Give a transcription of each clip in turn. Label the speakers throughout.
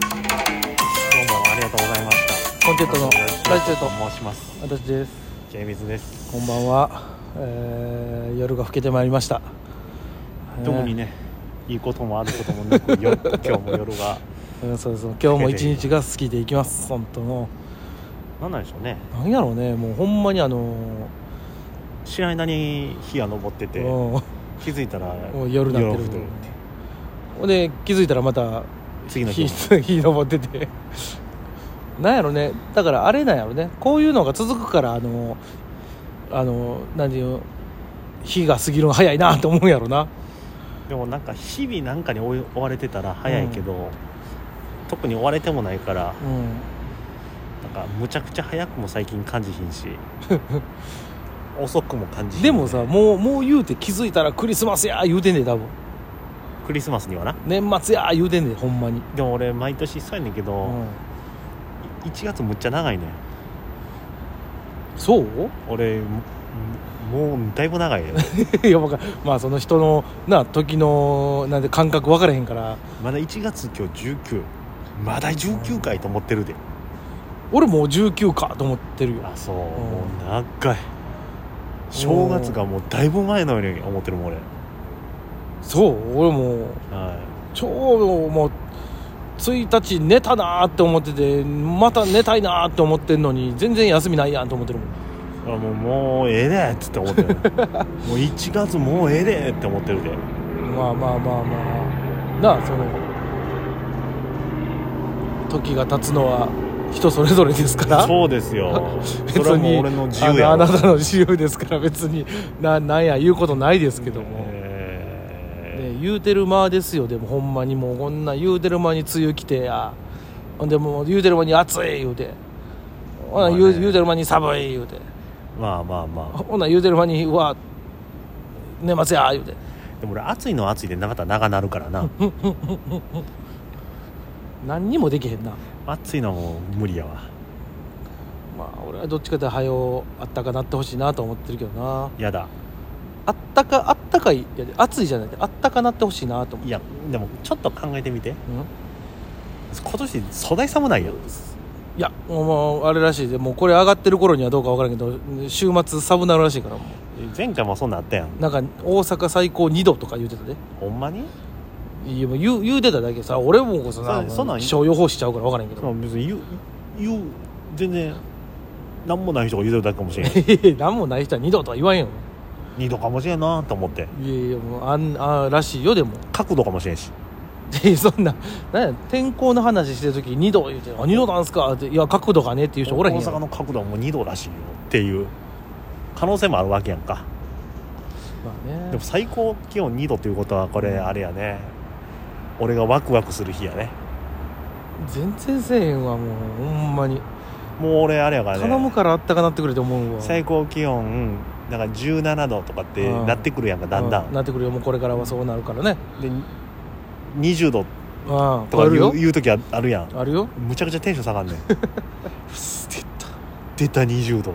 Speaker 1: どうもありがとうございました
Speaker 2: コンテンツの
Speaker 1: よろしくお願いします
Speaker 2: ラジオと
Speaker 1: 申します
Speaker 2: 私です
Speaker 1: ジェイミズです
Speaker 2: こんばんは、えー夜が更けてまいりました
Speaker 1: 特にねいいこともあることもなくよ 今日も夜が
Speaker 2: うんそうそう今日も一日が好きでいきます本当も
Speaker 1: 何なんでしょうね
Speaker 2: うなんやろうねもうほんまにあの
Speaker 1: 知らない間に日が昇ってて
Speaker 2: ー
Speaker 1: 気づいたら
Speaker 2: もう夜なってる
Speaker 1: 夜太るって
Speaker 2: うんで気づいたらまた
Speaker 1: 次の日
Speaker 2: 日 日登っててなんやろねだからあれなんやろねこういうのが続くからあのあの何ていうの日が過ぎるの早いなと思うんやろな
Speaker 1: でもなんか日々なんかに追い追われてたら早いけど、特に追われてもないから
Speaker 2: うん
Speaker 1: なんかむちゃくちゃ早くも最近感じひん し遅くも感じひん
Speaker 2: でもさもうもう言うて気づいたらクリスマスや言うてんねん多分
Speaker 1: クリスマスにはな
Speaker 2: 年末や言うてんねんほんまに、
Speaker 1: でも俺毎年そうやねんけど、
Speaker 2: うん
Speaker 1: 1月むっちゃ長いねん
Speaker 2: そう
Speaker 1: 俺ももうだいぶ長いよ
Speaker 2: いやわかんまあその人のな時のなんて感覚分からへんから
Speaker 1: まだ1月今日19まだ19回と思ってるで
Speaker 2: 俺もう19かと思ってるよ
Speaker 1: あそう、
Speaker 2: ん
Speaker 1: もう長い正月がもうだいぶ前のように思ってるもん俺、
Speaker 2: そう俺もう
Speaker 1: はい
Speaker 2: 超もう1日寝たなーって思っててまた寝たいなーって思ってんのに全然休みないやんと思ってるもん
Speaker 1: あもうもうええでっつって思 ってるもう1月もうええでって思ってるで
Speaker 2: まあまあまあまあなあその時が経つのは人それぞれですから
Speaker 1: そうですよ
Speaker 2: 別
Speaker 1: そ
Speaker 2: に
Speaker 1: れはもう俺の自由や
Speaker 2: あのあ
Speaker 1: わ
Speaker 2: なたの自由ですから別にななんや言うことないですけども、
Speaker 1: え
Speaker 2: ね、言うてる間ですよでもほんまにもうこんな言うてる間に梅雨来てやほんでもう言うてる間に暑い言うてほな、
Speaker 1: まあね
Speaker 2: 言う言うてる間に寒い言うて
Speaker 1: ーまあまあま
Speaker 2: ほな言うてる間にうわ年末や言うて
Speaker 1: あでも俺暑いのは暑いでなかったら長なるから な
Speaker 2: 何にもできへんな
Speaker 1: 暑いのはもう無理やわ
Speaker 2: まあ俺はどっちかってはよあったかなってほしいなと思ってるけどな
Speaker 1: やだ
Speaker 2: あったかあったかいやで暑いじゃないであったかなってほしいなと思っ
Speaker 1: い
Speaker 2: て
Speaker 1: やでもちょっと考えてみて
Speaker 2: うん
Speaker 1: 今年粗大寒ないやん
Speaker 2: いやもうあれらしいでもうこれ上がってる頃にはどうか分からんけど週末サブなるらしいからも
Speaker 1: 前回もそんなんあったやん
Speaker 2: うなんか大阪最高2度とか言うてたで
Speaker 1: ほんまに
Speaker 2: いやもう言う言うてただけさ俺もこそな
Speaker 1: そそんなん
Speaker 2: 気象予報士ちゃうから分からんけ
Speaker 1: そ
Speaker 2: ど
Speaker 1: う別に言う言う全然何もない人が言うてるだけかもしれ ん
Speaker 2: 何もない人は2度とは言わんよ
Speaker 1: 二度かもしれんなと思って
Speaker 2: いやいやもうあんあらしいよでも
Speaker 1: 角度かもしれんし
Speaker 2: でそんななんや天候の話してる時に2度言うて「あ2度なんすか?」って「いや角度がね」っていう人おらへん
Speaker 1: 大
Speaker 2: や
Speaker 1: 阪
Speaker 2: ん、ま
Speaker 1: の角度はもう2度らしいよっていう可能性もあるわけやんか
Speaker 2: あね、
Speaker 1: でも最高気温2度ということはこれあれやね俺がワクワクする日やね
Speaker 2: 全然せえへんわもうほんまに
Speaker 1: もう俺あれやからね
Speaker 2: 頼むからあったかなってくれと思うわ
Speaker 1: 最高気温だから17度とかってなってくるやんかだんだ
Speaker 2: うんなってくるよもうこれからはそうなるからね
Speaker 1: で20度
Speaker 2: うん
Speaker 1: と
Speaker 2: 超
Speaker 1: か
Speaker 2: え
Speaker 1: い
Speaker 2: るよ
Speaker 1: ういう時はあるやん
Speaker 2: あるよ
Speaker 1: むちゃくちゃテンション下 がんねんうっす出た出た20度っ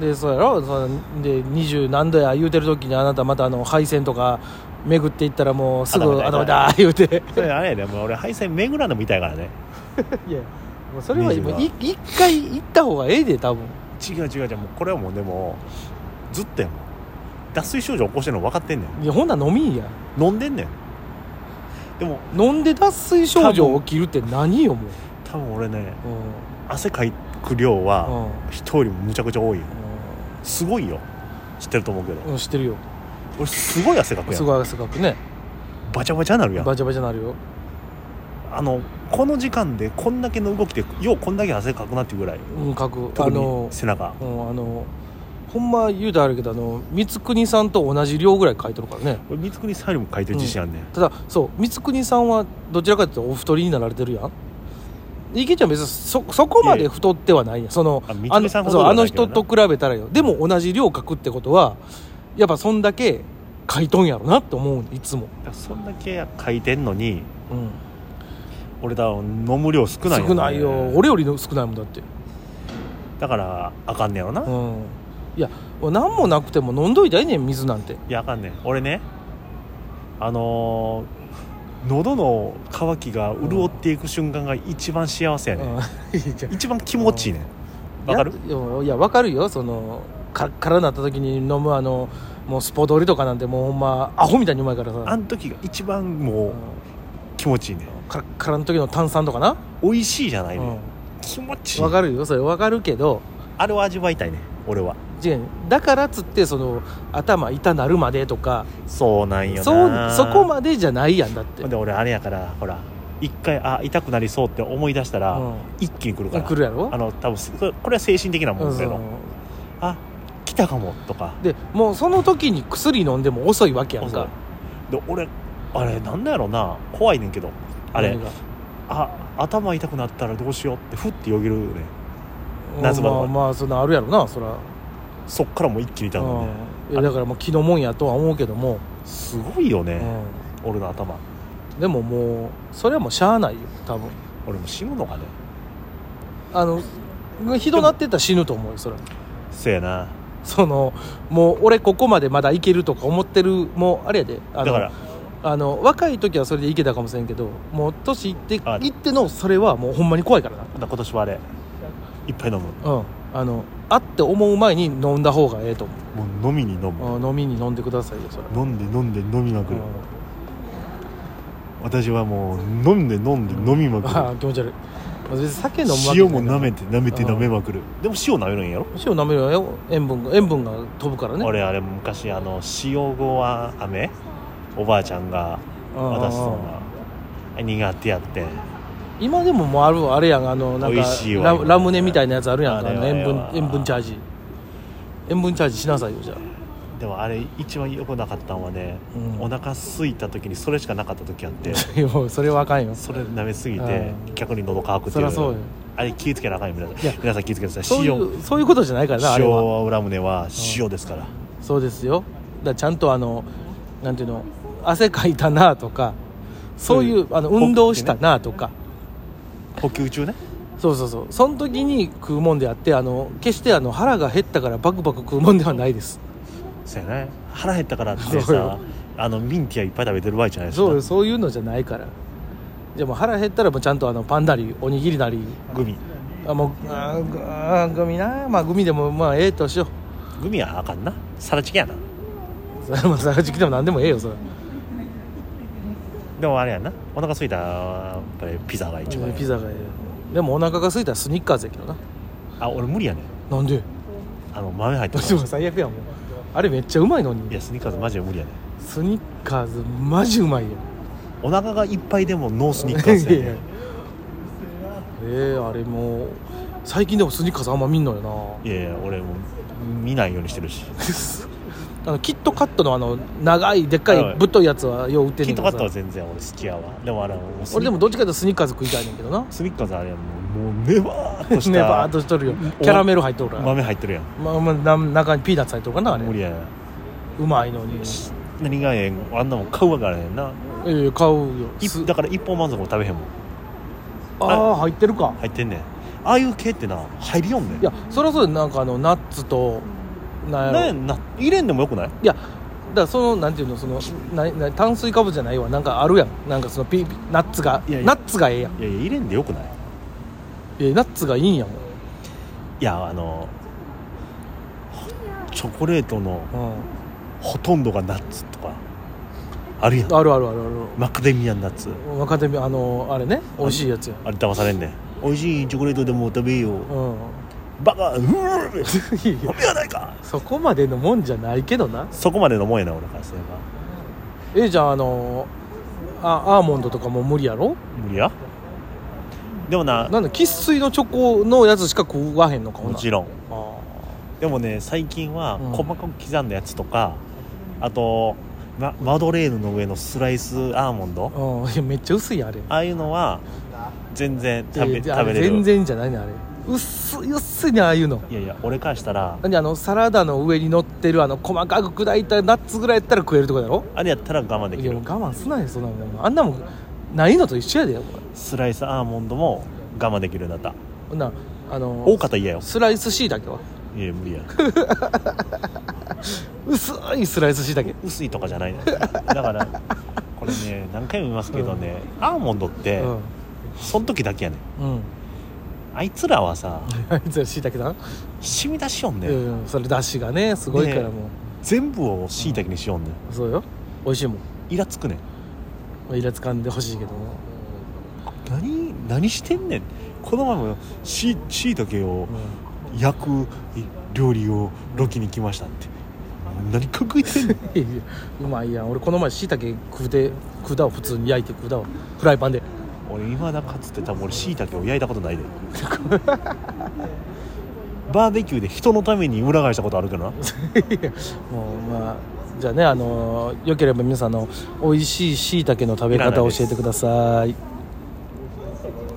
Speaker 1: て
Speaker 2: でそうやろそので二十何度や言うてる時にあなたまたあの配線とか巡っていったらもうすぐ
Speaker 1: 頭痛
Speaker 2: 頭
Speaker 1: い
Speaker 2: だだ言 うて
Speaker 1: それあれやでもう俺配線巡らんでも痛いからね
Speaker 2: いやもうそれは
Speaker 1: 20
Speaker 2: も
Speaker 1: は
Speaker 2: うい一回行った方がええで多分
Speaker 1: 違う違う違うもうこれはもうでもずっとやもん脱水症状起こしてるの分かってんねん
Speaker 2: いやほんなら飲みんや
Speaker 1: 飲んでんねんでも
Speaker 2: 飲んで脱水症状起きるって何よもう
Speaker 1: 多分俺ね
Speaker 2: うん
Speaker 1: 汗かく量は人よりもむちゃくちゃ多いよ
Speaker 2: う
Speaker 1: すごいよ知ってると思うけど
Speaker 2: んうん知ってるよ
Speaker 1: 俺すごい汗かくや
Speaker 2: す
Speaker 1: ん
Speaker 2: ごい汗かくね
Speaker 1: バチャバチャなるやん
Speaker 2: バチャバチャなるよ
Speaker 1: あのこの時間でこんだけの動きでようこんだけ汗かくなっていうぐらい
Speaker 2: うんかく
Speaker 1: 特
Speaker 2: あ
Speaker 1: に
Speaker 2: の
Speaker 1: 背中
Speaker 2: うんあのほんま言うたらあるけどあの光国さんと同じ量ぐらい書いてるからね
Speaker 1: 俺光圀さんよりも書いてる自信あんねん、
Speaker 2: ただそう光国さんはどちらかというとお太りになられてるやん池ちゃん別にそそこまで太ってはないやんその
Speaker 1: あ光
Speaker 2: あ
Speaker 1: 圀
Speaker 2: の
Speaker 1: さんほ
Speaker 2: そ
Speaker 1: ど
Speaker 2: う
Speaker 1: では
Speaker 2: あ
Speaker 1: な
Speaker 2: の
Speaker 1: いけど
Speaker 2: 人
Speaker 1: な
Speaker 2: と比べたらよでも同じ量書くってことはやっぱそんだけ書いとんやろなって思うんいつも、
Speaker 1: だからそんだけ書いてんのに
Speaker 2: うん、
Speaker 1: 俺だ飲む量少ないよね
Speaker 2: 少ないよ俺よりの少ないもんだって
Speaker 1: だからあかんねやろな、い
Speaker 2: うんいや何もなくても飲んどいたらいいねん水なんて
Speaker 1: やあかんねん俺ねあのー喉の渇きが潤っていく瞬間が一番幸せやね、ん、
Speaker 2: うん いいじゃん
Speaker 1: 一番気持ちいいねんわかる
Speaker 2: いやいやわかるよそのかからなった時に飲むあのもうスポドリとかなんてもうほんまアホみたいにうまいからさ
Speaker 1: あの時が一番も
Speaker 2: う
Speaker 1: うん気持ちいいね
Speaker 2: カラッカラの時の炭酸とかな、
Speaker 1: 美味しいじゃな
Speaker 2: う
Speaker 1: い
Speaker 2: ん
Speaker 1: ね、
Speaker 2: わ、
Speaker 1: 気持ちいい
Speaker 2: かるよそれわかるけど
Speaker 1: あれを味わいたいね俺は
Speaker 2: 違うだからっつってその頭痛なるまでとか
Speaker 1: そうなんよ
Speaker 2: そう
Speaker 1: な
Speaker 2: そこまでじゃないやんだって
Speaker 1: で俺あれやからほら一回あ痛くなりそうって思い出したら、
Speaker 2: うん
Speaker 1: 一気に来るから
Speaker 2: 来るやろ
Speaker 1: あの多分すこれこれは精神的なも
Speaker 2: うんん
Speaker 1: ですけど、あ来たかもとか
Speaker 2: でもうその時に薬飲んでも遅いわけやんか
Speaker 1: で俺あれなんだやろな怖いねんけどあれ
Speaker 2: 何が
Speaker 1: あ頭痛くなったらどうしようってふってよぎるね夏場
Speaker 2: ま
Speaker 1: は
Speaker 2: あまあそんなあるやろなそら、
Speaker 1: そっからもう一気に痛くなるね
Speaker 2: うんいやだからもう気のもんやとは思うけども、
Speaker 1: すごいよね、
Speaker 2: う
Speaker 1: 俺の頭
Speaker 2: ん、でももうそれはもうしゃあないよ多分
Speaker 1: 俺も死ぬのかね
Speaker 2: あのひどなってたら死ぬと思うよそれは
Speaker 1: せやな
Speaker 2: そのもう俺ここまでまだいけるとか思ってるもうあれやであ
Speaker 1: だ
Speaker 2: の
Speaker 1: から
Speaker 2: あの若い時はそれでいけたかもしれんけどもう年いって
Speaker 1: あ
Speaker 2: いってのそれはもうほんまに怖いからな
Speaker 1: 今年はあれいっぱい飲む
Speaker 2: うんあのあって思う前に飲んだ方がええと思
Speaker 1: もう飲みに飲む、
Speaker 2: う、うん飲みに飲んでくださいよそれ
Speaker 1: 飲んで飲んで飲みまくる、
Speaker 2: う
Speaker 1: 私はもう飲んで飲んで飲みま
Speaker 2: んあ
Speaker 1: く
Speaker 2: ー気持ち悪い別に酒
Speaker 1: る
Speaker 2: 飲むわけじゃ
Speaker 1: 塩
Speaker 2: ない
Speaker 1: も
Speaker 2: から
Speaker 1: 舐めて舐めて
Speaker 2: うん
Speaker 1: 舐めまくるでも塩舐めるんやろ
Speaker 2: 塩舐めるわよ塩分が塩分が飛ぶからね
Speaker 1: 俺あれ昔あの塩後は飴おばあちゃんが
Speaker 2: うん
Speaker 1: 渡すのがあれ苦手やって
Speaker 2: 今でももうあるあれやんあのなん
Speaker 1: 美
Speaker 2: か
Speaker 1: 味しいわ
Speaker 2: ララムネみたいなやつあるやんか
Speaker 1: あ
Speaker 2: あ
Speaker 1: れ
Speaker 2: の
Speaker 1: はあ
Speaker 2: 塩分
Speaker 1: れは
Speaker 2: 塩分チャージ塩分チャージしなさいよじゃあ
Speaker 1: でもあれ一番良くなかったのはね、
Speaker 2: うん
Speaker 1: お腹空いた時にそれしかなかった時あって
Speaker 2: いやもうそれはあかんよ
Speaker 1: それ舐めすぎて
Speaker 2: うん
Speaker 1: 逆に喉乾くって
Speaker 2: そ
Speaker 1: いう
Speaker 2: りゃそうよ
Speaker 1: あれ気ぃつけなあかんよ皆
Speaker 2: い
Speaker 1: さ
Speaker 2: や
Speaker 1: ん皆さん気ぃつけてくださ
Speaker 2: そう
Speaker 1: い
Speaker 2: い
Speaker 1: 塩
Speaker 2: うそういうことじゃないからなあれ
Speaker 1: 塩
Speaker 2: は
Speaker 1: は裏胸は塩ですから、
Speaker 2: そうですよだからちゃんとあのなんていうの汗かいたなとかそういう、あの運動したなとか、
Speaker 1: 補給中ね
Speaker 2: そうそうそうその時に食うもんであってあの決してあの腹が減ったからバクバク食うもんではないです
Speaker 1: そうやね腹減ったからって
Speaker 2: そうよ
Speaker 1: さあのミンティアいっぱい食べてる場合じゃないですか
Speaker 2: そうよそういうのじゃないからじゃあもう腹減ったらもうちゃんとあのパンなりおにぎりなり
Speaker 1: グミ
Speaker 2: あもうあーぐあーグミなまあグミでもまあええとしよ
Speaker 1: グミはあかんなサラチキやな
Speaker 2: う まあ皿敷でも何でもええよそれ
Speaker 1: でもあれやんなお腹空いたらやっぱりピザが一番いい
Speaker 2: ピザがええでもお腹が空いたらスニッカーズやけどな
Speaker 1: あ俺無理やねん
Speaker 2: なんで
Speaker 1: あの豆入って
Speaker 2: ど
Speaker 1: る
Speaker 2: うしても最悪やもんあれめっちゃうまいの
Speaker 1: い
Speaker 2: に
Speaker 1: やスニーカーズマジで無理やねん
Speaker 2: スニッカーズマジうまいよ
Speaker 1: お腹がいっぱいでもノースニッカーズや
Speaker 2: いや
Speaker 1: ね
Speaker 2: いやえー、あれもう最近でもスニッカーズあんま見ん のよ
Speaker 1: いやいや俺もう見ないようにしてるし
Speaker 2: なあのキットカットのあの長いでっか
Speaker 1: はいい
Speaker 2: ぶっといやつはよう売ってん
Speaker 1: キ
Speaker 2: ね
Speaker 1: ッ
Speaker 2: んけ
Speaker 1: トカ
Speaker 2: どさ
Speaker 1: ットは全然俺好きやわでもあれはもうスニ
Speaker 2: 俺でもどっちかというとスニッカーズ食いたいねんけどな
Speaker 1: スニッカーズあれはもうもうネバーっとし
Speaker 2: ねバー
Speaker 1: た
Speaker 2: っとしとるよキャラメル入っとるから、
Speaker 1: 豆入ってるやん
Speaker 2: まあまあ、な中にピーナッツ入っとるかなあれ
Speaker 1: 無理やねん
Speaker 2: うまいのに
Speaker 1: し何がええんあんなもん買うわからへんな
Speaker 2: ええ買うよ
Speaker 1: い
Speaker 2: す
Speaker 1: だから一本満足も食べへんもん
Speaker 2: ああ入ってるか
Speaker 1: 入ってんねんああいう系ってな入りよんねん
Speaker 2: いやそれはそうでなんかあのナッツとなんやろ
Speaker 1: なんやな入れんでもよくない
Speaker 2: いやだからそのなんていうのそのなな炭水化物じゃないわなんかあるやんなんかそのピーピーナッツが
Speaker 1: いやいや
Speaker 2: ナッツがええやん
Speaker 1: いやいや入れんでよくない
Speaker 2: いやナッツがいいんやもん、
Speaker 1: いやあのチョコレートの
Speaker 2: う
Speaker 1: ほとんどがナッツとかあるやん
Speaker 2: ん、あるあるあるあ
Speaker 1: マクデミアンナッツ
Speaker 2: る若手みあのあれね美味しいやつや
Speaker 1: あれ騙されんねん美味しいチョコレートでも食べよう
Speaker 2: うん
Speaker 1: バカうー
Speaker 2: いや
Speaker 1: 飲みやないか
Speaker 2: そこまでのもんじゃないけどな
Speaker 1: そこまでのもんやな俺からすれば
Speaker 2: えじゃああのあアーモンドとかも無理やろ
Speaker 1: 無理やでもな
Speaker 2: なんだ生粋のチョコのやつしか食わへんのかほ
Speaker 1: も
Speaker 2: な
Speaker 1: ちろん
Speaker 2: あ
Speaker 1: でもね最近は
Speaker 2: うん
Speaker 1: 細かく刻んだやつとか、あと、ま、マドレーヌの上のスライスアーモンド
Speaker 2: ーうんいやめっちゃ薄いあれ
Speaker 1: ああいうのは全然食べ
Speaker 2: いやあ
Speaker 1: 食べれる
Speaker 2: 全然じゃないねあれ薄い薄いねああいうの
Speaker 1: いやいや俺からしたら
Speaker 2: 何あのサラダの上に乗ってるあの細かく砕いたナッツぐらいやったら食えるってことだろ
Speaker 1: あれやったら我慢で
Speaker 2: い
Speaker 1: き
Speaker 2: やも
Speaker 1: る
Speaker 2: う我慢すなよそんなもんあんなもんないのと一緒やでお前
Speaker 1: スライスアーモンドも我慢できるようになった
Speaker 2: ほんならあの
Speaker 1: 多かったら嫌よ
Speaker 2: スライスしいだけはい
Speaker 1: や無理や
Speaker 2: 薄いスライスしいだけ
Speaker 1: 薄いとかじゃないのだからここれね何回も言いますけどね、アーモンドって、
Speaker 2: うん
Speaker 1: その時だけやねん
Speaker 2: うん
Speaker 1: あいつらはさ
Speaker 2: あいつらしいたけだ
Speaker 1: 染み出しよんね、ん、
Speaker 2: うんそれだしがねすごいから
Speaker 1: ね
Speaker 2: も
Speaker 1: 全部をしいたけにしよんねん、
Speaker 2: うそうよ美味しいもん
Speaker 1: イラつくねん
Speaker 2: まあイラつかんでほしいけども
Speaker 1: 何何してんねんこの前もしいたけを
Speaker 2: う
Speaker 1: 焼く料理をロキに来ましたって何か食いてんねん
Speaker 2: んいやいやうまいやん俺この前しいたけ食うて食うたわ普通に焼いて食うたわフライパンで
Speaker 1: 俺今だかつて多分俺しいたけを焼いたことないで バーベキューで人のために裏返したことあるけどな
Speaker 2: もうまあじゃあねあのよければ皆さんあの美味しいしいたけの食べ方を教えてください